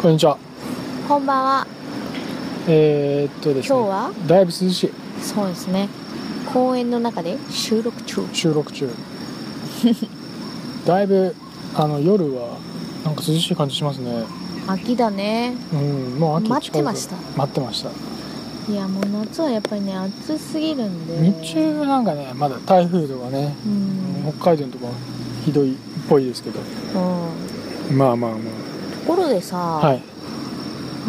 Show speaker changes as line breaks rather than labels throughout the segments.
こんにちは。
こんばんは。
えー、っとですね。
今日は
だいぶ涼しい。
そうですね。公園の中で収録中。
収録 中。だいぶ、あの、夜は、なんか涼しい感じしますね。
秋だね。
うん、もう秋近
待って
づい
ました
待ってました。
いやもう夏はやっぱりね暑すぎるんで。
日中なんかね、まだ台風とかね、
うん。
北海道のとかひどいっぽいですけど。
うん。
まあまあま
ところでさ、
あ。はい。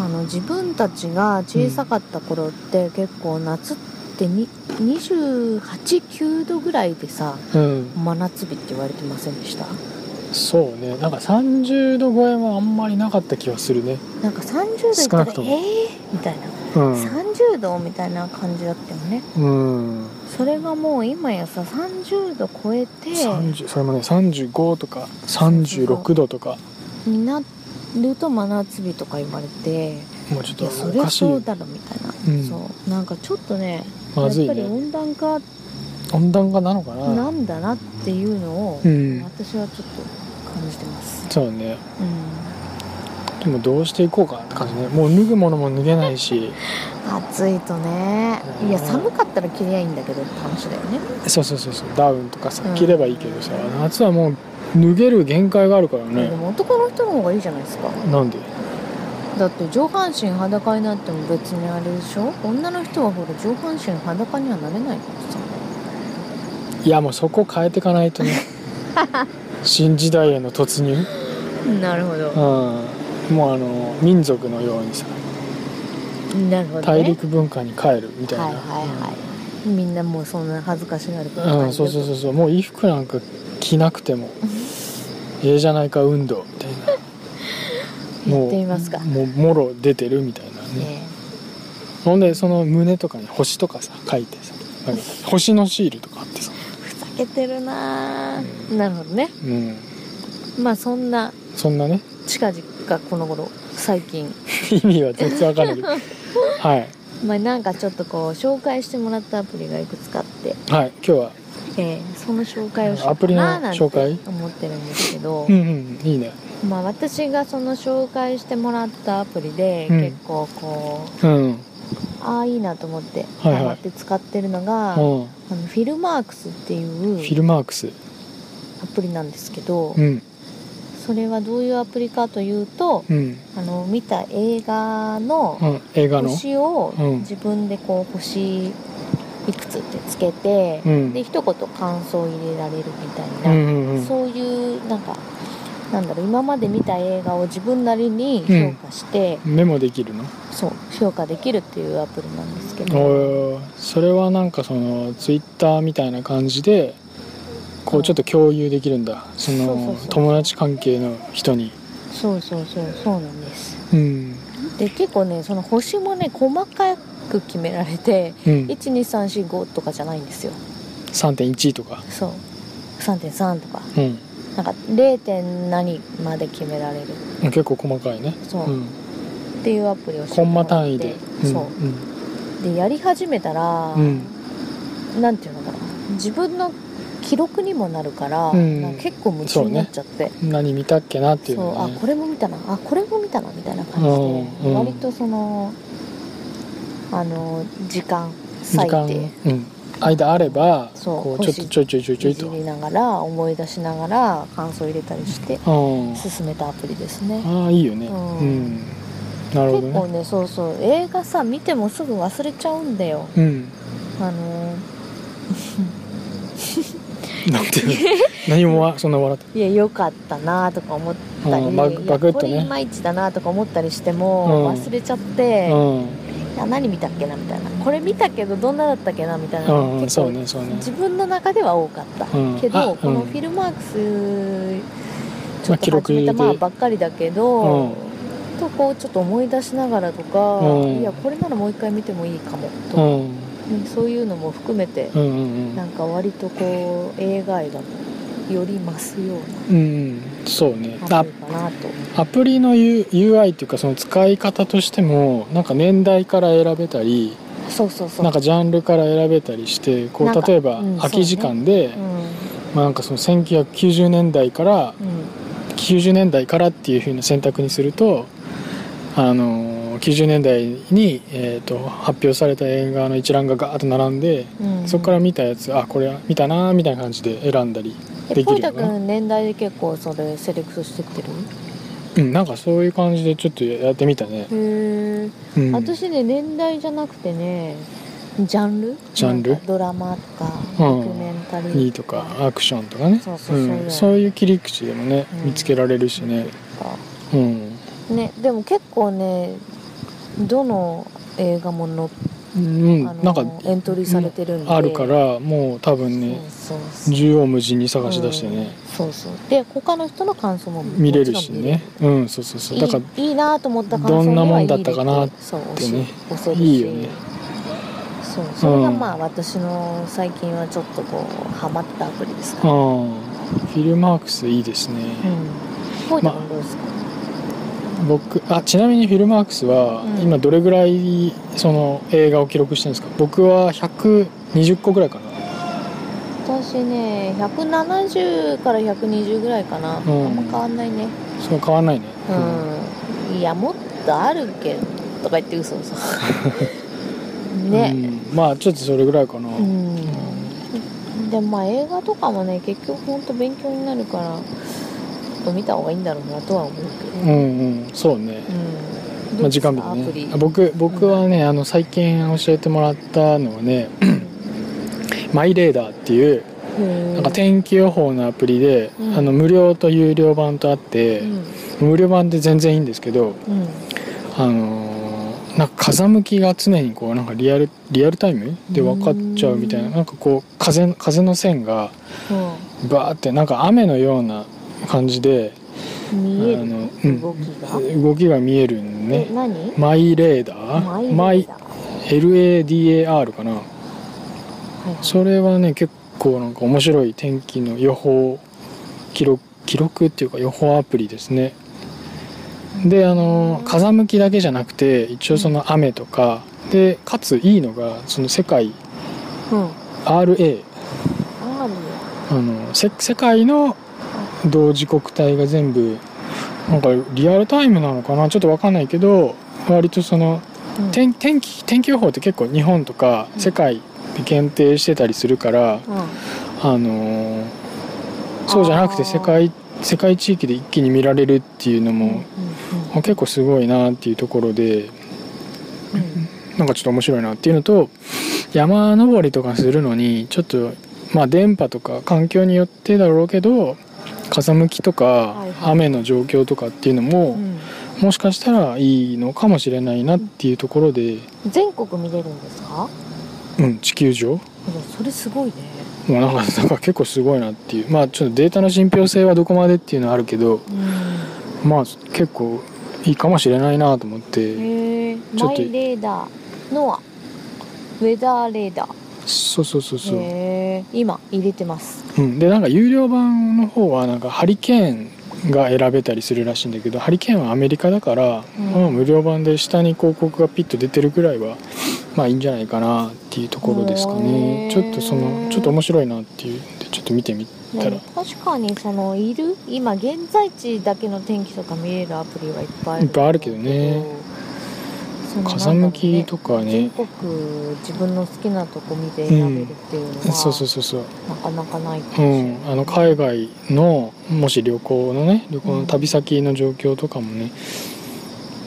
あの自分たちが小さかった頃って結構夏ってに28、9度ぐらいでさ、
うん。
真夏日って言われてませんでした
そうね。なんか30度超えはあんまりなかった気がするね。
なんか30度いった
少
ら
なくとも
ええー、みたいな、
うん。
30度みたいな感じだったよね
うん。
それがもう今やさ30度超えて
30それもね35とか36度とか
になると真夏日とか言われて
もうちょっ
い
と
やそ
お
りゃ
かしいよ
そう
ね
だろみたいな、
うん
そうなんかちょっとね
まずい
やっぱり
ね
温暖化
温暖化なのかな
なんだなっていうのを、
うん
私はちょっと感じてます、
そうね
うん、
でもどうしていこうかなって感じねもう脱ぐものも脱げないし
暑いとね
うん
いや寒かったら着りゃいいんだけどって話だよね
そうそうそうそうダウンとかさ
うん
着ればいいけどさ、夏はもう脱げる限界があるから
で
ね、
も男の人の方がいいじゃないですか
なんで
だって上半身裸になっても別にあれでしょ女の人はほら上半身裸にはなれないからさ
いやもうそこ変えていかない とね新時代への突入
なるほど
うんもうあの民族のようにさ
なるほど、ね、
大陸文化に帰るみたいな、
はいはいはいみんなもうそんな恥ずかしがることないよ
うん、そうそうそうそうもう衣服なんか着なくてもええじゃないか運動みたいな
言ってみますか
もうもろ出てるみたいなね
ね
ほんでその胸とかに星とかさ書いてさなんか星のシールとかあってさ、
えふざけてるなぁ、なるほどね
うん、
まあそんな
そんなね
近々この頃最近
意味は全然わかんないけ どはい、
まあなんかちょっとこう紹介してもらったアプリがいくつかあって、
はい、今日は
えーその紹介をしよ
ア
う
プ
か
リの
ななんて
紹介
思ってるんですけど、
うんうんいいね
まあ私がその紹介してもらったアプリで
うん
結構こう、
うんうん
ああいいなと思って
はいはい
ハマって使ってるのが、
フ
あのフィルマークスっていう
ィルマークス
アプリなんですけど、
うん
それはどういうアプリかというと
うん、
あの見た映画の
うん、映画の
星を
うん
自分でこう星いくつってつけて、
うん
で一言感想を入れられるみた
うん
いうな、
んうん
そういうなんかなんだろう今まで見た映画を自分なりに評価して、
メモできるの
そう評価できるっていうアプリなんですけど、
おーそれはなんかそのツイッターみたいな感じでこう
う
んちょっと共有できるんだその
そうそうそう
友達関係の人に
そうそうそうそうなんです
うん
で結構ねその星もね細かく決められて
うん
12345とかじゃないんですよ
3.1とか
そう3.3とか
うん
なんか 0. 点何まで決められる
結構細かいね
そう、
うん
っていうアプリを知って
コン
もら
マ
って
単位でうん
そううでやり始めたら、
ん
なんていうのかな自分の記録にもなるから、
うん
なんか結構夢中になっちゃって
うん何見たっけなって
そ,、
いううの
あ
がね
これも見たなあこれも見たなみたいな感じ
うんう
で
ん
割とそのあの時間
時
割
間
いて
うん間あれば
そう
こうちょっとちょいちょいちょいちょ
い
い
じ
と
りながら思い出しながら感想入れたりして
うん
進めたアプリですね
ああいいよねう
うん
んなるほど
結構
ね
ねそうそう映画さ見てもすぐ忘れちゃうんだよ
うん
あの
なんていうの 何もわそんな笑っ
いや良かったなとか思ったり、
うんバグ
い
バ
や
グっ
こ
と
れ
ね
いまいちだなとか思ったりして
うん
も、忘れちゃってて、
うん
いや何見たっけなみたいなこれ見たけどどんなだったっけなみたいな
う
のが
んうん
結
そ
構、
うねそうね
自分の中では多かった、
うん
け
あ
ど、
うん
このフィルマークスちょっ
まあ記
と
録入
始め
れ
た
て
まあばっかりだけど、
うん
とこうちょっと思い出しながらとか、
うん
いやこれならもう一回見てもいいかもと
う
か、
ん
ねそういうのも含めて
う、んうん
なんか割とこう映画愛がより増すよう
うんうんそうね
なア
あ
プリかなと。
アプリの U- UI っていうかその使い方としてもなんか年代から選べたり
そうそうそう
なんかジャンルから選べたりしてこ
なん
う
か
例えば
うん
空き時間で、
う
まあ、なんかその1990年代から
んうん
90年代からっていう風な選択にするとあの90年代に、えー、と発表された映画の一覧がガーッと並んで、
うん
そこから見たやつあこれ見たなーみたいな感じで選んだり
え
で
ポ
き
イ
るよ
タ
うな、
君年代で結構それセレクトしてってる
うん、なんかそういう感じでちょっとやってみたね、
へえ、
うん、
私ね年代じゃなくてねジャンル
ジャンル
なんかドラマとか
うん
ドキュメンタリ
い
ー
いとかアクションとかね
そうそうそういうの
んそういう切り口でもね、
うん
見つけられるしね、
とか
うん、
ねでも結構ねどの映画もの、
うん、
あの
なんか
エントリーされてるんで、
あるからもう多分ね
そうそうそう
縦横無尽に探し出してね、
うんそうそうで他の人の感想も
見れる
もち
し
ろん見れ
ねうんそうそうそう
る
だから
いいいいなと思った感想
どん
に
な
は
も
い
ん
い
だったかな
ってそう
てね
押せるし
いいよね
そうそれが
うん
まあ私の最近はちょっとこうハマったアプリです
あ
か、ね
ーフィルマークスいいですね、
うんポイタ
ま
君どうですか、
僕あちなみにフィルマークスは
うん
今どれぐらいその映画を記録してるんですか僕は120個ぐらいかな
私ね170から120ぐらいかな、
ん
あんま変わんないね
そう変わんないね、
うん、いやもっとあるけどとか言って嘘嘘
うん
ね
うんまあちょっとそれぐらいかな、
うん、でもまあ映画とかもね結局ほんと勉強になるからちょっと見た方がいいんだろうなとは思うけど
う、んうんそうね、
うん
まあ、時間日
どうですかアプリ
ねあ僕僕はねあの最近教えてもらったのはねマイレーダーっていう
うん
なんか天気予報のアプリで、
うん
あの無料と有料版とあって
う、ん
無料版で全然いいんですけど、
うん
あのーなんか風向きが常にこうなんかリアルリアルタイムで分かっちゃうみたいな
うん
なんかこう風風の線がバーってなんか雨のような感じで
うん見え
あのう
る
ん
動きが、
動きが見えるんね。
え何
マイレーダー
マ
マ
イレー
イ
ダー
LADAR かな
はいはい
それはね結構なんか面白い天気の予報記録記録っていうか予報アプリですねであの風向きだけじゃなくて一応その雨とかでかついいのがその世界
うん
RA
あるよ
あのせ世界の同時刻帯が全部なんかリアルタイムなのかなちょっとわかんないけど割とその
うん
天天気天気予報って結構日本とか世界で限定してたりするから、
うん
あのーそうじゃなく
あ
て
ー
世界世界地域で一気に見られるっていうの
うんうん
も、あ結構すごいなっていうところで
うんうん
なんかちょっと面白いなっていうのと山登りとかするのにちょっとまあ電波とか環境によってだろうけど風向きとか
はいはい
雨の状況とかっていうのも、
うん
もしかしたらいいのかもしれないなっていうところで、
全国見れるんですか
うん、地球上
いやそれすごいね
もうなんかなんか結構すごいなっていうまあちょっとデータの信憑性はどこまでっていうのはあるけど
うん
まあ結構いいかもしれないなと思って
へえ
ちょ
マ
っと
イレーダーのウェザーレーダー
そうそうそうそう、
へえ今入れてます
うん、でなんか有料版の方はなんかハリケーンが選べたりするらしいんだけどハリケーンはアメリカだから、
うん
まあ無料版で下に広告がピッと出てるぐらいはまあいいんじゃないかなっていうところですか
へ
ね
ー
ちょっとそのちょっと面白いなっていうんでちょっと見てみたら
ね確かにそのいる今現在地だけの天気とか見れるアプリはいっぱいある
いっぱいあるけどね
そのなんだろうね
風向きとかね
全国自分の好きなとこ見て選べるっていうのは、
そうそうそうそう
なかなかないかもし
う
れない
ん、あの海外のもし旅行のね旅行の旅先の状況とかもね、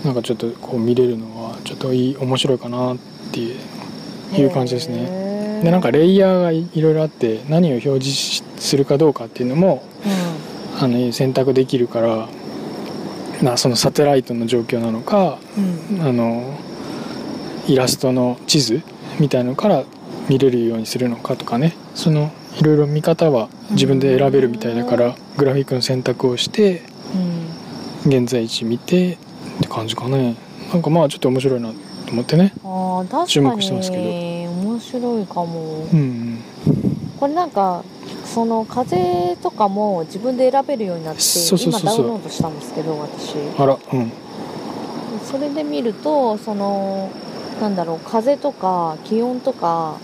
なんかちょっとこう見れるのはちょっといい面白いかなっていういう感じですね
ね
でなんかレイヤーがいいろいろあって何を表示しするかどうかっていうのもあの選択できるからなそのサテライトの状況なのか
うん、うん
あのイラストの地図みたいのから見れるようにするのかとかねそのいろいろ見方は自分で選べるみたいだからグラフィックの選択をして
うん
現在地見てって感じかねなんかまあちょっと面白いなと思ってね
ああ確かに
注目してますけど
面白いかも、
うん
これなんかその風とかも自分で選べるようになって
そうそうそうそう
今ダウンロードしたんですけど私
あらうん
それで見るとそのなんだろう風とか気温とか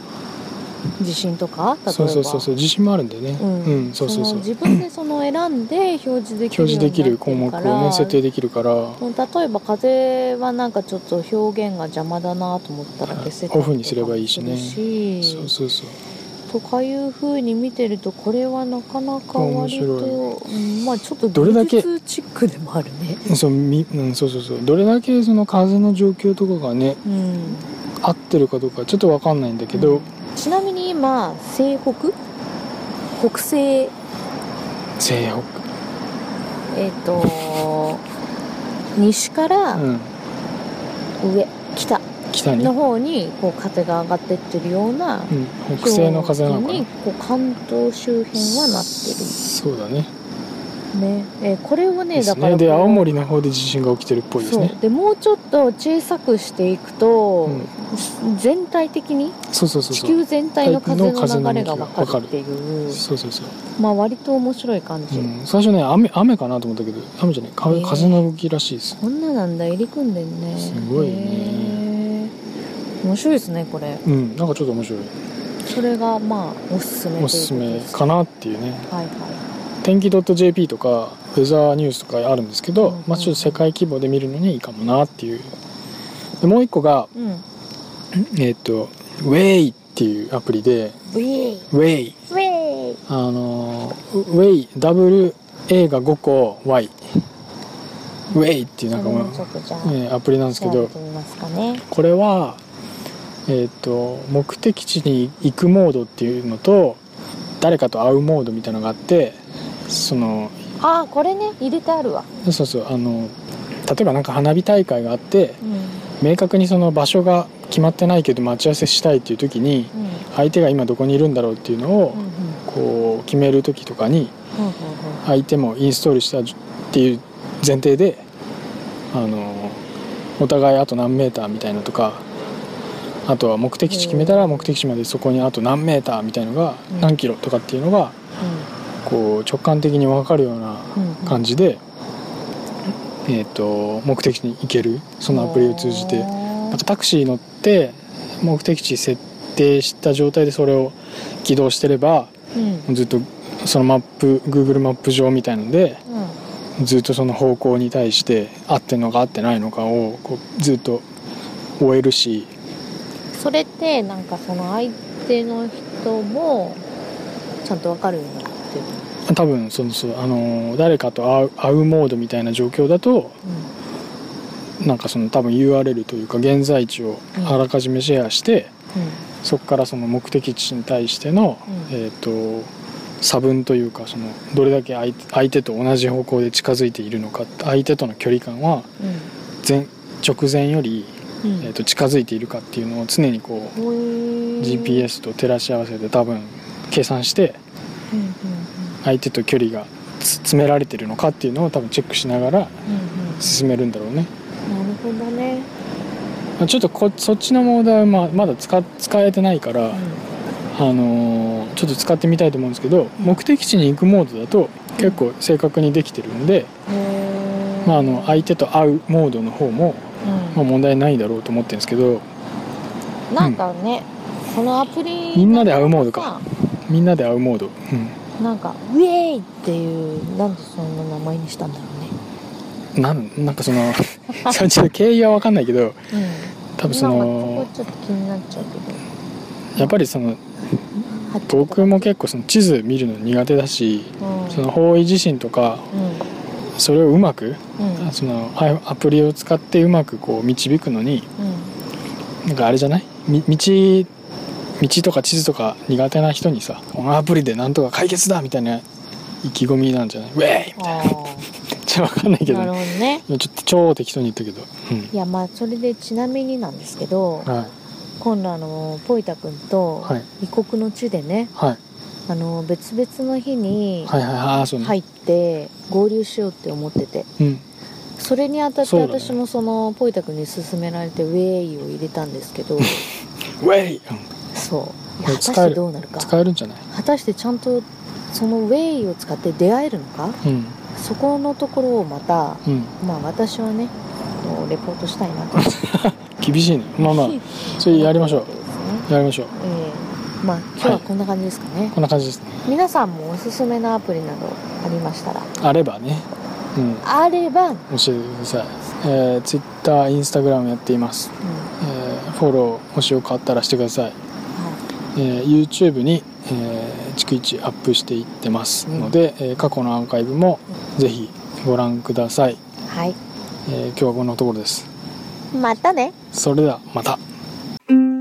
地震とか例えば
そうそうそうそう自信もあるんだよね
う
うんん、そうそう
の
そう
自分でその選んで表示でき
表示
るよう
で
に
き
な
る
って
項目
る
を
から
ね設定できるから
例えば風はなんかちょっと表現が邪魔だなと思ったら消せたりとかも
オフにすればいいしね
するし
そうそうそう
とかいうふうに見てるとこれはなかなか
面
割
白い
と、うんまあちょっと
どれだけ
技術チックでもあるね。
そうみ、うん、そうそうそうどれだけその風の状況とかがね
うん、
合ってるかどうかちょっとわかんないんだけど、
ちなみに今西北北西
西
えっ、と西から
北、うん、
上、北
北に、う
の
ん、
方にこう風が上がってってるような
北西の風なのかな
にこう関東周辺はなって
そうだね
るね。えーこれをね
です
だから
ねで
こう
青森の方で地震が起きてるっぽいです
そ
ね
うでもうちょっと小さくしていくと、
うん
全体的に
そうそうそう
地
そう
球全体の風の流れが
の
分
風の向きが
かるっていう
そうそうそう、
まあ割と面白い感じ、
うん、最初ね雨雨かなと思ったけど雨じゃない風,、
えー
風の動きらしいです
こんななんだ入り組んでんね
すごいね
ね面白いですねこれ
うんなんかちょっと面白い
それがまあおすすめという
お
ことです
すすめかなっていうね
はいは
天気 .jp とかウェザーニュースとかあるんですけど、
うんうん
まあ、ちょっと世界規模で見るのにいいかもなっていうでもう一個が
いうん
えっ、とウェイっていうアプリで
ウェイ
ウェイ
ウェイ
あのーウェイ WA が5個 Y ウェイっていうなんか
それ
ま
もちょっとじゃあ
あ、えーアプリなんですけ
調べ
ど
てみますかね
これは、えー、と目的地に行くモードっていうのと誰かと会うモードみたいなのがあってその
ああこれね入れてあるわ
そうそうあの例えばなんか花火大会があって
うん
明確にその場所が決まってないけど待ち合わせしたいっていう時に
うん
相手が今どこにいるんだろうっていうのを
うんうん
こう決める時とかに
ほうほうほう
相手もインストールしたっていう前提であのお互いあと何メーターみたいなとかあとは目的地決めたら目的地までそこにあと何メーターみたいのが
うん
何キロとかっていうのがこう直感的に分かるような
うんうん
感じで、えー、と目的地に行けるそのアプリを通じてなんかタクシー乗って目的地設定した状態でそれを起動してれば
うん
ずっとそのマップ Google マップ上みたいので
うん
ずっとその方向に対して合ってんのか合ってないのかをこうずっと終えるし
それってなんかその相手の人もちゃんとわかるようになってる、
多分そのそうあの誰かと会う会うモードみたいな状況だとなんかその多分 URL というか現在地をあらかじめシェアして、そこからその目的地に対しての、
うん
えっ、と差分というかそのどれだけ相手相手と同じ方向で近づいているのか相手との距離感は前直前より、
うんうん
えー、と近づいているかっていうのを常にこう
ほえ
GPS と照らし合わせて多分計算して
うんうん
相手と距離がつ詰められてるのかっていうのを多分チェックしながら
うんうん
進めるんだろうね、
うんなるほどね、
まあちょっとこそっちのモードはまあまだ使使えてないから、あのーちょっと使ってみたいと思うんですけど目的地に行くモードだと結構正確にできてるんで、
へー
まあ、あの相手と会うモードの方も、まあ、問題ないだろうと思ってるんですけど
うん、なんかね、このアプリ
みんなで会うモードかみんなで会うモード、う
さなんかウェイっていうなんでそんな名前にしたんだろ
ん、なんなんかその それちょっと経緯は分かんないけど
うね、
多
うん、
分そ
なん
の
かそこちょっと気になっちゃうけど
やっぱりその
はっきりと
僕も結構その地図見るの苦手だし
うん
その方位地震とか
う
それをうまく
んうん
そのアアプリを使ってうまくこう導くのに
う
なんかあれじゃないみ道道とか地図とか苦手な人にさこのアプリでなんとか解決だみたいな意気込みなんじゃないウェイ
ん、あ
ちょっと分かんないけ
ー
ど
なる
ね
ほどね
ちょっと超適当に言ったけど、
いやまあそれでちなみになんですけど
うん、はい
今度あのポイタ君と
はい
異国の地でね
はい
あの別々の日に
はいはいはいあーそうね、
入って合流しようって思ってて
うん
それにあたって
そうだね
私もそのポイタ君に勧められてウェイを入れたんです けど
ウェイ、うん
そうい
これ
や果た
使
し
え
て
る
どうなるか
使えるんじゃない
果たしてちゃんとそのウェイを使って出会えるのか
うん
そこのところをまた
うん
まあ私はねあのレポートしたいなと
厳しいねまあまあそれやりましょ
ですね
うやりましょう
えまあ今日はこんな感じですかね、
こんな感じですね
皆さんもおすすめのアプリなどありましたら
あればね、うん、
あれば、うん、
教えてください、えー、Twitter インスタグラムやっています、えーフォローもしよかったらしてください、
は
えー YouTube に、えー逐一アップしていってますので、えー過去のアーカイブもぜひご覧ください、
い、はい、
えー今日はこんなところです
またね
それではまた
うん